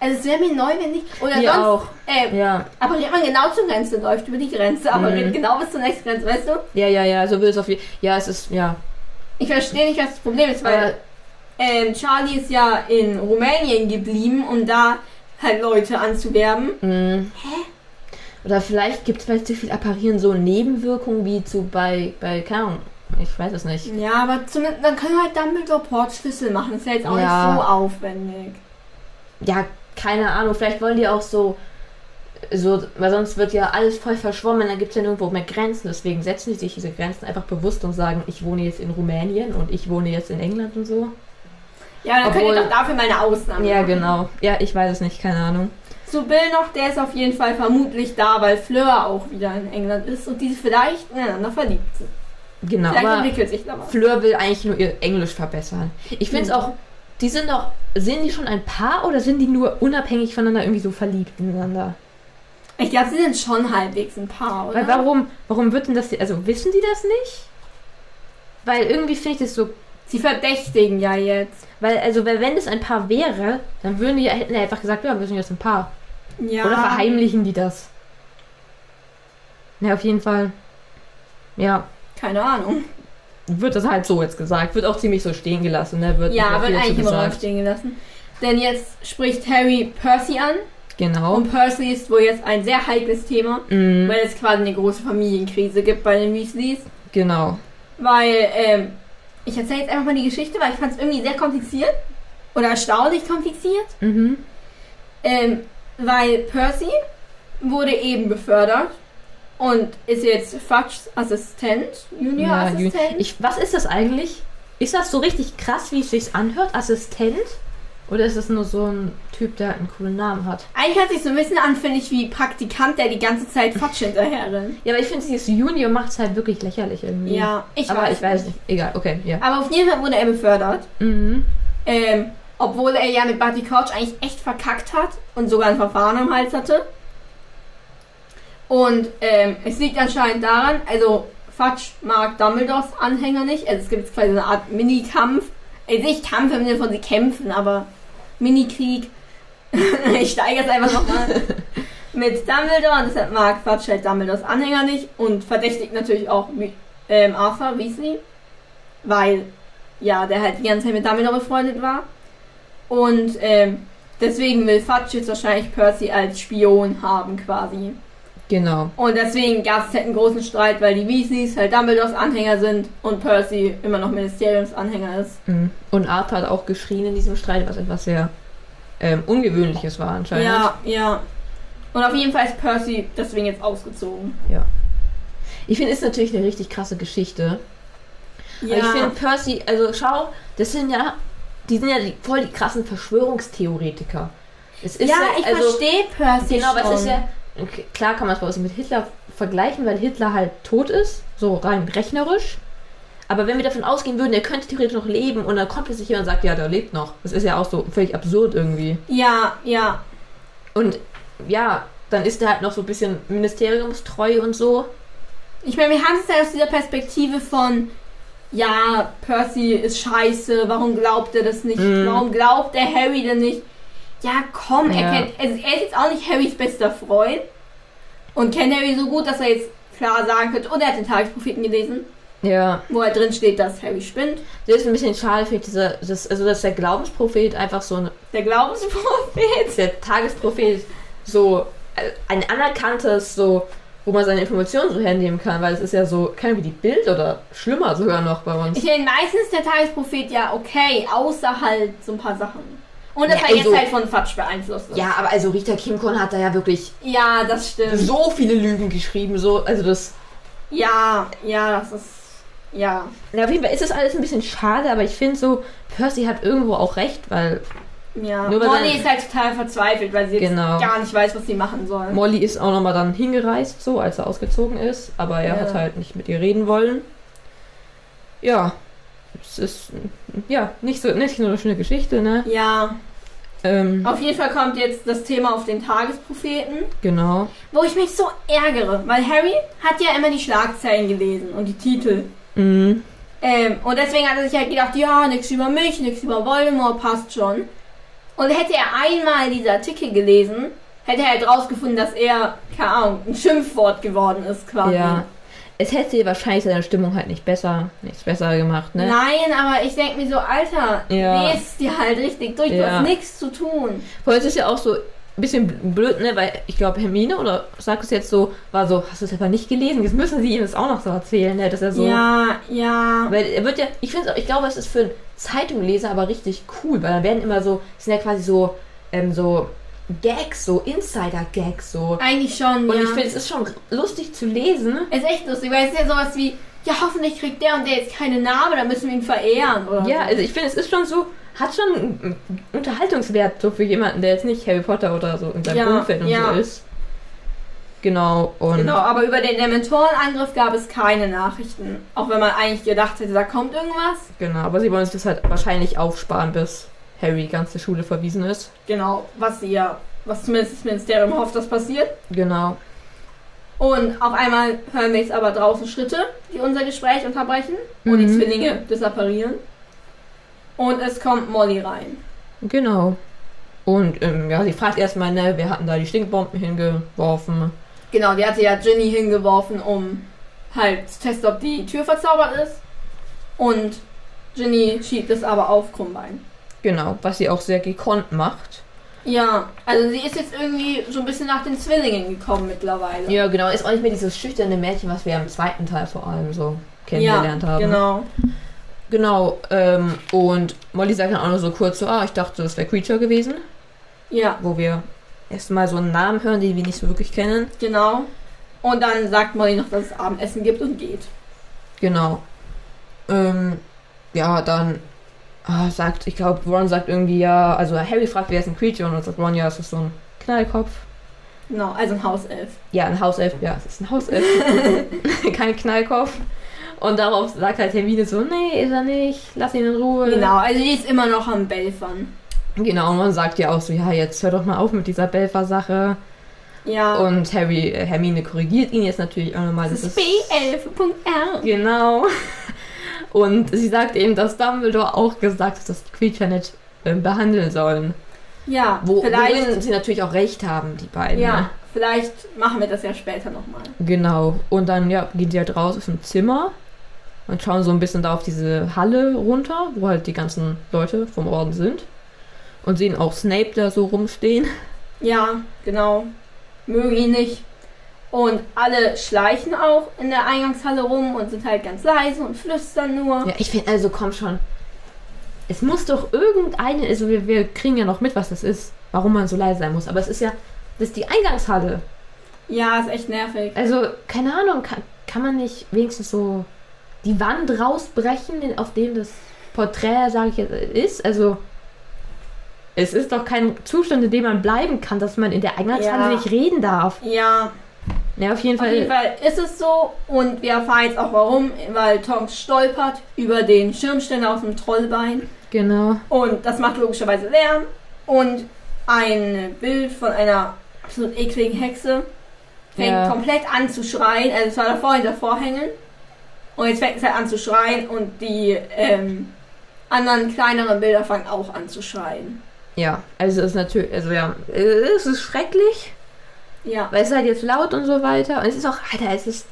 B: Also es wäre mir neu, wenn nicht. Oder
A: Mir
B: sonst.
A: auch.
B: Äh,
A: Ja.
B: Aber wenn man genau zur Grenze läuft, über die Grenze, aber
A: Mhm.
B: geht genau bis zur nächsten Grenze, weißt du?
A: Ja, ja, ja, so will es auf jeden Ja, es ist, ja.
B: Ich verstehe nicht, was das Problem ist,
A: Aber,
B: weil ähm, Charlie ist ja in Rumänien geblieben, um da halt Leute anzuwerben.
A: mh. hm. Oder vielleicht gibt es bei zu viel Apparieren so Nebenwirkungen wie zu bei, bei, keine Ahnung, ich weiß es nicht.
B: Ja, aber zumindest, dann können wir halt Dumbledore Portschlüssel machen. Das ist ja jetzt auch
A: Ja.
B: nicht so aufwendig.
A: ja, keine Ahnung, vielleicht wollen die auch so, so, weil sonst wird ja alles voll verschwommen, dann gibt es ja nirgendwo mehr Grenzen. Deswegen setzen die sich diese Grenzen einfach bewusst und sagen, ich wohne jetzt in Rumänien und ich wohne jetzt in England und so.
B: Ja, dann könnt ihr
A: Obwohl-
B: doch dafür mal eine Ausnahme
A: Ja,
B: machen.
A: genau. Ja, ich weiß es nicht, keine Ahnung.
B: Zu Bill noch, der ist auf jeden Fall vermutlich da, weil Fleur auch wieder in England ist und die vielleicht ineinander verliebt sind.
A: Genau.
B: Vielleicht
A: Aber
B: entwickelt sich da was.
A: Fleur will eigentlich nur ihr Englisch verbessern. Ich finde es
B: Mhm.
A: auch, die sind doch, sind die schon ein Paar oder sind die nur unabhängig voneinander irgendwie so verliebt ineinander?
B: Ich glaube, sie sind schon halbwegs ein Paar, oder?
A: Weil warum, warum wird denn das, also wissen die das nicht? Weil irgendwie finde ich das so
B: Sie verdächtigen ja jetzt.
A: Weil, also, weil wenn es ein Paar wäre, dann würden die, hätten die einfach gesagt, ja, wir sind jetzt ein Paar.
B: Ja.
A: Oder verheimlichen die das? Ja, auf jeden Fall. Ja,
B: Keine Ahnung.
A: wird das halt so jetzt gesagt. Wird auch ziemlich so stehen gelassen, ne? Wird nicht
B: Ja,
A: mehr
B: wird
A: viel dazu
B: eigentlich im Raum
A: gesagt.
B: stehen gelassen. Denn jetzt spricht Harry Percy an.
A: Genau.
B: Und Percy ist wohl jetzt ein sehr heikles Thema,
A: Mhm,
B: weil es quasi eine große Familienkrise gibt bei den Weasleys.
A: genau.
B: Weil, ähm, ich erzähle jetzt einfach mal die Geschichte, weil ich fand es irgendwie sehr kompliziert. Oder erstaunlich kompliziert.
A: Mhm.
B: Ähm, weil Percy wurde eben befördert und ist jetzt Fudge-Assistent, Junior-Assistent.
A: Ju- ich, was ist das eigentlich? Ist das so richtig krass, wie es sich anhört? Assistent? Oder ist das nur so ein Typ, der einen coolen Namen hat?
B: Eigentlich hört sich so ein bisschen an, finde ich, wie Praktikant, der die ganze Zeit Fudge hinterher rennt.
A: Ja, aber ich finde, dieses Junior macht es halt wirklich lächerlich irgendwie.
B: Ja, ich
A: aber
B: weiß. Ah.
A: ich weiß nicht. Egal, okay, ja.
B: Aber auf jeden Fall wurde er befördert.
A: Mhm.
B: Ähm, obwohl er ja mit Buddy Couch eigentlich echt verkackt hat und sogar ein Verfahren am Hals hatte. Und ähm, es liegt anscheinend daran, also Fatsch mag Dumbledores Anhänger nicht. Also es gibt quasi eine Art Mini-Kampf. Also nicht Kampf im Sinne von sie kämpfen, aber Mini-Krieg. ich steige jetzt einfach nochmal. mit Dumbledore und deshalb mag Fatsch halt Dumbledores Anhänger nicht und verdächtigt natürlich auch ähm, Arthur Weasley, weil ja, der halt die ganze Zeit mit Dumbledore befreundet war. Und ähm, deswegen will Fudge jetzt wahrscheinlich Percy als Spion haben quasi.
A: Genau.
B: Und deswegen gab es halt einen großen Streit, weil die Weasleys halt Dumbledores Anhänger sind und Percy immer noch Ministeriumsanhänger ist.
A: Mhm. Und Arthur hat auch geschrien in diesem Streit, was etwas sehr ähm, Ungewöhnliches war anscheinend.
B: Ja, ja. Und auf jeden Fall ist Percy deswegen jetzt ausgezogen.
A: Ich finde, ist natürlich eine richtig krasse Geschichte. Also
B: Ja,
A: Ich finde Percy, also schau, das sind ja, die sind ja die, voll die krassen Verschwörungstheoretiker. Es ist also,
B: ja ich verstehe Percy
A: Genau,
B: schon.
A: aber es ist ja, okay, klar kann man es bei uns mit Hitler vergleichen, weil Hitler halt tot ist, so rein rechnerisch. Aber wenn wir davon ausgehen würden, er könnte theoretisch noch leben und dann kommt plötzlich jemand und sagt, ja, der lebt noch. Das ist ja auch so völlig absurd irgendwie.
B: ja, ja.
A: Und ja, dann ist er halt noch so ein bisschen ministeriumstreu und so.
B: Ich meine, wir haben es ja aus dieser Perspektive von, ja, Percy ist scheiße, warum glaubt er das nicht?
A: Mhm.
B: Warum glaubt er Harry denn nicht? Ja, komm,
A: Ja.
B: er kennt, also er ist jetzt auch nicht Harrys bester Freund und kennt Harry so gut, dass er jetzt klar sagen könnte, und er hat den Tagespropheten gelesen,
A: Ja.
B: wo halt drin steht, dass Harry spinnt.
A: Das ist ein bisschen schade, finde ich, dieser, das, also dass der Glaubensprophet einfach so ein,
B: Der Glaubensprophet.
A: der Tagesprophet so äh, ein anerkanntes, so, wo man seine Informationen so hernehmen kann, weil es ist ja so, keine Ahnung, wie die Bild oder schlimmer sogar noch bei uns.
B: Ich meine, meistens ist der Tagesprophet ja okay, außer halt so ein paar Sachen. Und dass
A: Ja,
B: er
A: also-
B: jetzt halt von Fatsch beeinflusst ist.
A: Ja, aber also Rita Kimkorn hat da ja wirklich
B: ja, das stimmt.
A: so viele Lügen geschrieben, so, also das.
B: Ja, ja, das ist. Ja.
A: Ja, auf jeden Fall ist das alles ein bisschen schade, aber ich finde so, Percy hat irgendwo auch recht, weil
B: Ja.
A: Nur weil
B: Molly
A: dann-
B: ist halt total verzweifelt, weil sie jetzt
A: Genau.
B: gar nicht weiß, was sie machen soll.
A: Molly ist auch nochmal dann hingereist, so, als er ausgezogen ist, aber er
B: Ja.
A: hat halt nicht mit ihr reden wollen. Ja, es ist, ja, nicht so, nicht nur eine schöne Geschichte, ne?
B: Ja.
A: Ähm,
B: Auf jeden Fall kommt jetzt das Thema auf den Tagespropheten,
A: genau.
B: wo ich mich so ärgere, weil Harry hat ja immer die Schlagzeilen gelesen und die Titel.
A: Mhm.
B: Ähm, und deswegen hat er sich halt gedacht, ja, nix über mich, nix über Voldemort, passt schon. Und hätte er einmal diese Artikel gelesen, hätte er halt rausgefunden, dass er, keine Ahnung, ein Schimpfwort geworden ist quasi.
A: Ja. Es hätte wahrscheinlich seine Stimmung halt nicht besser, nichts besser gemacht, ne?
B: Nein, aber ich denke mir so, Alter,
A: Ja.
B: lest dir halt richtig durch, du
A: Ja.
B: hast nichts zu tun.
A: Vor allem ist es ja auch so ein bisschen blöd, ne? Weil ich glaube, Hermine oder sagt es jetzt so, war so, hast du es einfach nicht gelesen? Jetzt müssen sie ihm das auch noch so erzählen, ne? Dass er so.
B: Ja, ja.
A: Weil er wird ja, ich finde ich glaube, es ist für einen Zeitungleser aber richtig cool, weil da werden immer so, es sind ja quasi so, ähm, so Gags, so Insider-Gags, so.
B: Eigentlich schon,
A: Und
B: ja.
A: ich finde, es ist schon lustig zu lesen.
B: ist echt lustig, weil es ist ja sowas wie, ja, hoffentlich kriegt der und der jetzt keine Narbe, dann müssen wir ihn verehren, oder?
A: Ja,
B: so.
A: also ich finde, es ist schon so, hat schon einen Unterhaltungswert so für jemanden, der jetzt nicht Harry Potter oder so in seinem
B: Ja,
A: Umfeld und
B: ja.
A: so ist. Genau, und.
B: Genau, aber über den Dementorenangriff gab es keine Nachrichten. Auch wenn man eigentlich gedacht hätte, da kommt irgendwas.
A: Genau, aber sie wollen sich das halt wahrscheinlich aufsparen, bis Harry ganz zur Schule verwiesen ist.
B: Genau, was sie ja, was zumindest das Ministerium hofft, dass passiert.
A: Genau.
B: Und auf einmal hören wir jetzt aber draußen Schritte, die unser Gespräch unterbrechen. Und die
A: Mhm.
B: Zwillinge disapparieren. Und es kommt Molly rein.
A: Genau. Und ähm, ja, sie fragt erstmal, ne, wir hatten da die Stinkbomben hingeworfen.
B: Genau, die hatte ja Ginny hingeworfen, um halt zu testen, ob die Tür verzaubert ist. Und Ginny schiebt es aber auf Krummbein.
A: Genau, was sie auch sehr gekonnt macht.
B: Ja, also sie ist jetzt irgendwie so ein bisschen nach den Zwillingen gekommen mittlerweile.
A: Ja, genau, ist auch nicht mehr dieses schüchterne Mädchen, was wir im zweiten Teil vor allem so kennengelernt haben.
B: Genau.
A: Genau, ähm, und Molly sagt dann auch nur so kurz so, ah, ich dachte, das wäre Creature gewesen,
B: Ja,
A: wo wir erstmal so einen Namen hören, den wir nicht so wirklich kennen.
B: Genau. Und dann sagt Molly noch, dass es Abendessen gibt und geht.
A: Genau. Ähm, ja, dann ah, sagt, ich glaube, Ron sagt irgendwie ja, also Harry fragt, wer ist ein Creature und dann sagt Ron, ja, es ist so ein Knallkopf.
B: Genau, also ein Hauself.
A: Ja, ein Hauself, ja, es ist ein Hauself. Kein Knallkopf. Und darauf sagt halt Hermine so, nee, ist er nicht, lass ihn in Ruhe.
B: Genau, also die ist immer noch am Belfern.
A: Genau, und man sagt ja auch so, ja, jetzt hör doch mal auf mit dieser Belfer-Sache.
B: Ja.
A: Und Harry, äh, Hermine korrigiert ihn jetzt natürlich auch nochmal.
B: das
A: Das
B: ist
A: ist
B: B11.R.
A: genau. Und sie sagt eben, dass Dumbledore auch gesagt hat, dass die Creature nicht äh, behandeln sollen.
B: Ja,
A: Wo, worin
B: vielleicht.
A: sie natürlich auch recht haben, die beiden.
B: Ja,
A: Ne?
B: vielleicht machen wir das ja später nochmal.
A: Genau. Und dann ja, gehen die halt raus aus dem Zimmer und schauen so ein bisschen da auf diese Halle runter, wo halt die ganzen Leute vom Orden sind. Und sehen auch Snape da so rumstehen.
B: Ja, genau. Mögen ihn nicht. Und alle schleichen auch in der Eingangshalle rum und sind halt ganz leise und flüstern nur.
A: Ja, ich finde, also komm schon. Es muss doch irgendeine, also wir, wir kriegen ja noch mit, was das ist, warum man so leise sein muss. Aber es ist ja, das ist die Eingangshalle.
B: Ja, ist echt nervig.
A: Also, keine Ahnung, kann, kann man nicht wenigstens so die Wand rausbrechen, in- auf dem das Porträt, sage ich jetzt, ist? Also, es ist doch kein Zustand, in dem man bleiben kann, dass man in der Eingangshalle
B: Ja.
A: nicht reden darf.
B: Ja,
A: Ja, auf jeden
B: auf
A: Fall.
B: jeden Fall ist es so und wir erfahren jetzt auch warum, weil Tom stolpert über den Schirmständer aus dem Trollbein
A: Genau.
B: und das macht logischerweise Lärm und ein Bild von einer absolut ekligen Hexe fängt
A: Ja.
B: komplett an zu schreien, also es war davor hinter Vorhängen und jetzt fängt es halt an zu schreien und die ähm, anderen kleineren Bilder fangen auch an zu schreien.
A: Ja, also es ist natürlich, also ja, es ist schrecklich.
B: Ja,
A: Weil es ist halt jetzt laut und so weiter. Und es ist auch, Alter, es ist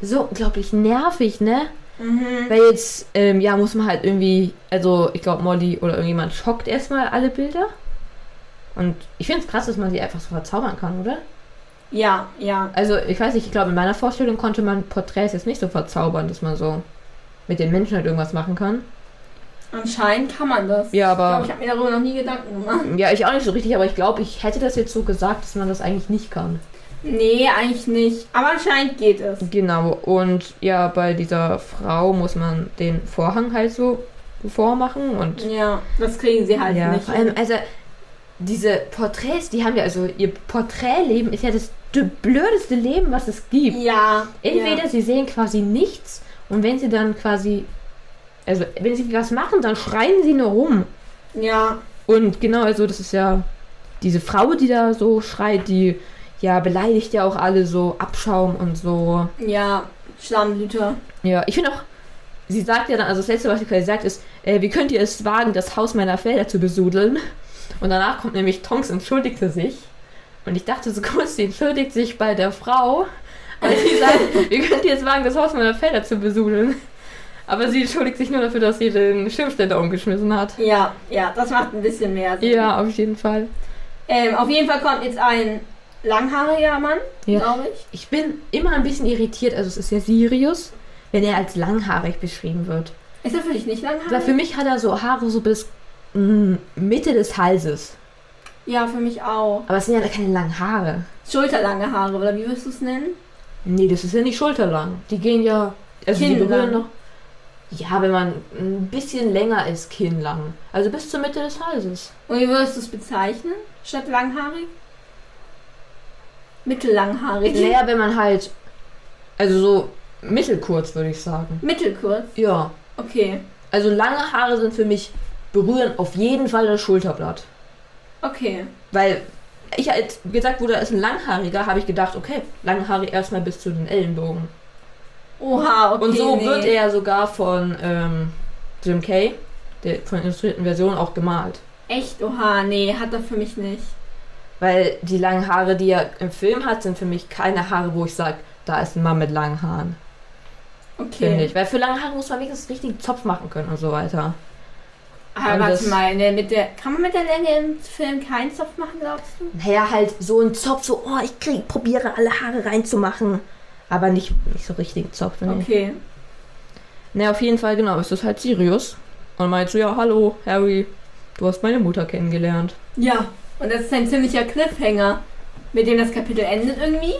A: so unglaublich nervig, ne?
B: mhm.
A: Weil jetzt, ähm, ja, muss man halt irgendwie, also ich glaube, Molly oder irgendjemand schockt erstmal alle Bilder. Und ich finde es krass, dass man sie einfach so verzaubern kann, oder?
B: ja, ja,
A: Also, ich weiß nicht, ich glaube, in meiner Vorstellung konnte man Porträts jetzt nicht so verzaubern, dass man so mit den Menschen halt irgendwas machen kann.
B: anscheinend kann man das.
A: Ja, aber-
B: Ich, glaub, ich habe mir darüber noch nie Gedanken gemacht.
A: Ja, ich auch nicht so richtig, aber ich glaube, ich hätte das jetzt so gesagt, dass man das eigentlich nicht kann.
B: Nee, eigentlich nicht. Aber anscheinend geht es.
A: Genau, und ja, bei dieser Frau muss man den Vorhang halt so vormachen und
B: Ja, das kriegen sie halt
A: ja,
B: nicht.
A: vor allem, also diese Porträts, die haben ja, also ihr Porträtleben ist ja das d- blödeste Leben, was es gibt.
B: ja.
A: Entweder
B: ja.
A: sie sehen quasi nichts und wenn sie dann quasi, also wenn sie was machen, dann schreien sie nur rum.
B: Ja,
A: Und genau, also das ist ja diese Frau, die da so schreit, die ja beleidigt ja auch alle so, Abschaum und so.
B: ja. Schlammblüter.
A: Ja, ich finde auch, sie sagt ja dann, also das letzte, was sie quasi sagt, ist, äh, wie könnt ihr es wagen, das Haus meiner Felder zu besudeln? Und danach kommt nämlich Tonks entschuldigte sich. Und ich dachte so kurz, sie entschuldigt sich bei der Frau. Weil sie sagt, wie könnt ihr es wagen, das Haus meiner Felder zu besudeln? Aber sie entschuldigt sich nur dafür, dass sie den Schirmständer umgeschmissen hat.
B: Ja, ja, das macht ein bisschen mehr Sinn.
A: Ja, auf jeden Fall.
B: Ähm, auf jeden Fall kommt jetzt ein langhaariger Mann,
A: Ja.
B: glaube ich.
A: Ich bin immer ein bisschen irritiert, also es ist ja Sirius, wenn er als langhaarig beschrieben wird.
B: Ist er für dich nicht
A: Weil
B: langhaarig?
A: für mich hat er so Haare so bis mm, Mitte des Halses.
B: ja, für mich auch.
A: Aber es sind ja keine langen Haare.
B: Schulterlange Haare, oder wie würdest du es nennen?
A: Nee, das ist ja nicht schulterlang. Die gehen ja. Also die
B: Kinnlang.
A: berühren noch. Ja, wenn man ein bisschen länger ist, kinnlang. Also bis zur Mitte des Halses.
B: Und wie würdest du es bezeichnen? Statt langhaarig? Mittellanghaarig.
A: Naja, wenn man halt. Also so mittelkurz, würde ich sagen.
B: Mittelkurz.
A: Ja.
B: Okay.
A: Also lange Haare sind für mich berühren auf jeden Fall das Schulterblatt.
B: Okay.
A: Weil ich als gesagt wurde, er ist ein Langhaariger, habe ich gedacht, okay, lange Haare erstmal bis zu den Ellenbogen.
B: Oha, okay.
A: Und so
B: nee.
A: wird er sogar von ähm, Jim Kay, der von der illustrierten Version, auch gemalt.
B: Echt? Oha, nee, hat er für mich nicht.
A: Weil die langen Haare, die er im Film hat, sind für mich keine Haare, wo ich sage, da ist ein Mann mit langen Haaren. Finde
B: Okay.
A: ich. Weil für lange Haare muss man wenigstens richtig einen Zopf machen können und so weiter. Und
B: Aber warte
A: das-
B: mal, ne, mit der, kann man mit der Länge im Film keinen Zopf machen, glaubst du?
A: Naja, halt so einen Zopf, so, oh, ich krieg, probiere alle Haare reinzumachen. Aber nicht, nicht so richtigen Zopf. Ne?
B: Okay.
A: Naja, auf jeden Fall, genau, ist das halt Sirius. Und meint so, ja, hallo, Harry, du hast meine Mutter kennengelernt.
B: Ja. Und das ist ein ziemlicher Cliffhanger, mit dem das Kapitel endet irgendwie,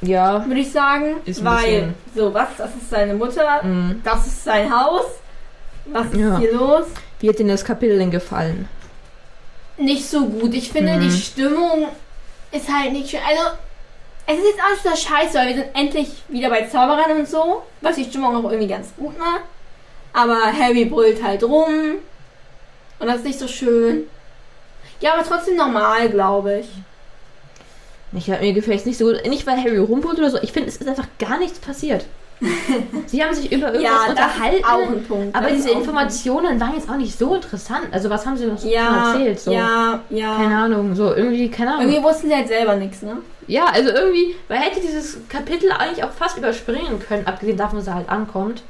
A: Ja.
B: würde ich sagen.
A: Ist ein
B: weil,
A: bisschen-
B: so, was, das ist seine Mutter,
A: Mhm.
B: das ist sein Haus, was ist
A: Ja.
B: hier los?
A: Wie hat dir das Kapitel denn gefallen?
B: Nicht so gut. Ich finde,
A: Mhm.
B: die Stimmung ist halt nicht schön. Also, es ist jetzt auch nicht so scheiße, weil wir sind endlich wieder bei Zauberern und so, was die Stimmung auch irgendwie ganz gut macht. Aber Harry brüllt halt rum. Und das ist nicht so schön. Ja, aber trotzdem normal, glaube ich.
A: Ich hab, mir gefällt es nicht so gut. Nicht weil Harry rumbrüllt oder so. Ich finde, es ist einfach gar nichts passiert. Sie haben sich über irgendwas
B: ja,
A: unterhalten.
B: Das ist auch ein Punkt.
A: aber
B: Das ist
A: diese
B: auch ein
A: Informationen waren jetzt auch nicht so interessant. Also was haben sie noch
B: Punkt.
A: so
B: ja,
A: erzählt? So.
B: Ja, ja.
A: Keine Ahnung, so irgendwie, keine Ahnung.
B: Irgendwie wussten sie halt selber nichts, ne?
A: Ja, also irgendwie, man hätte dieses Kapitel eigentlich auch fast überspringen können, abgesehen davon, dass er halt ankommt.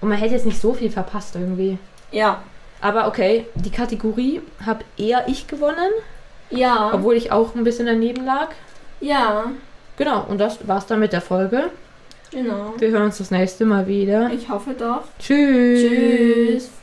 A: Und man hätte jetzt nicht so viel verpasst irgendwie.
B: Ja.
A: Aber okay, die Kategorie habe eher ich gewonnen,
B: Ja.
A: obwohl ich auch ein bisschen daneben lag.
B: ja,
A: Genau, und das war's dann mit der Folge.
B: genau.
A: Wir hören uns das nächste Mal wieder.
B: Ich hoffe doch.
A: Tschüss.
B: Tschüss.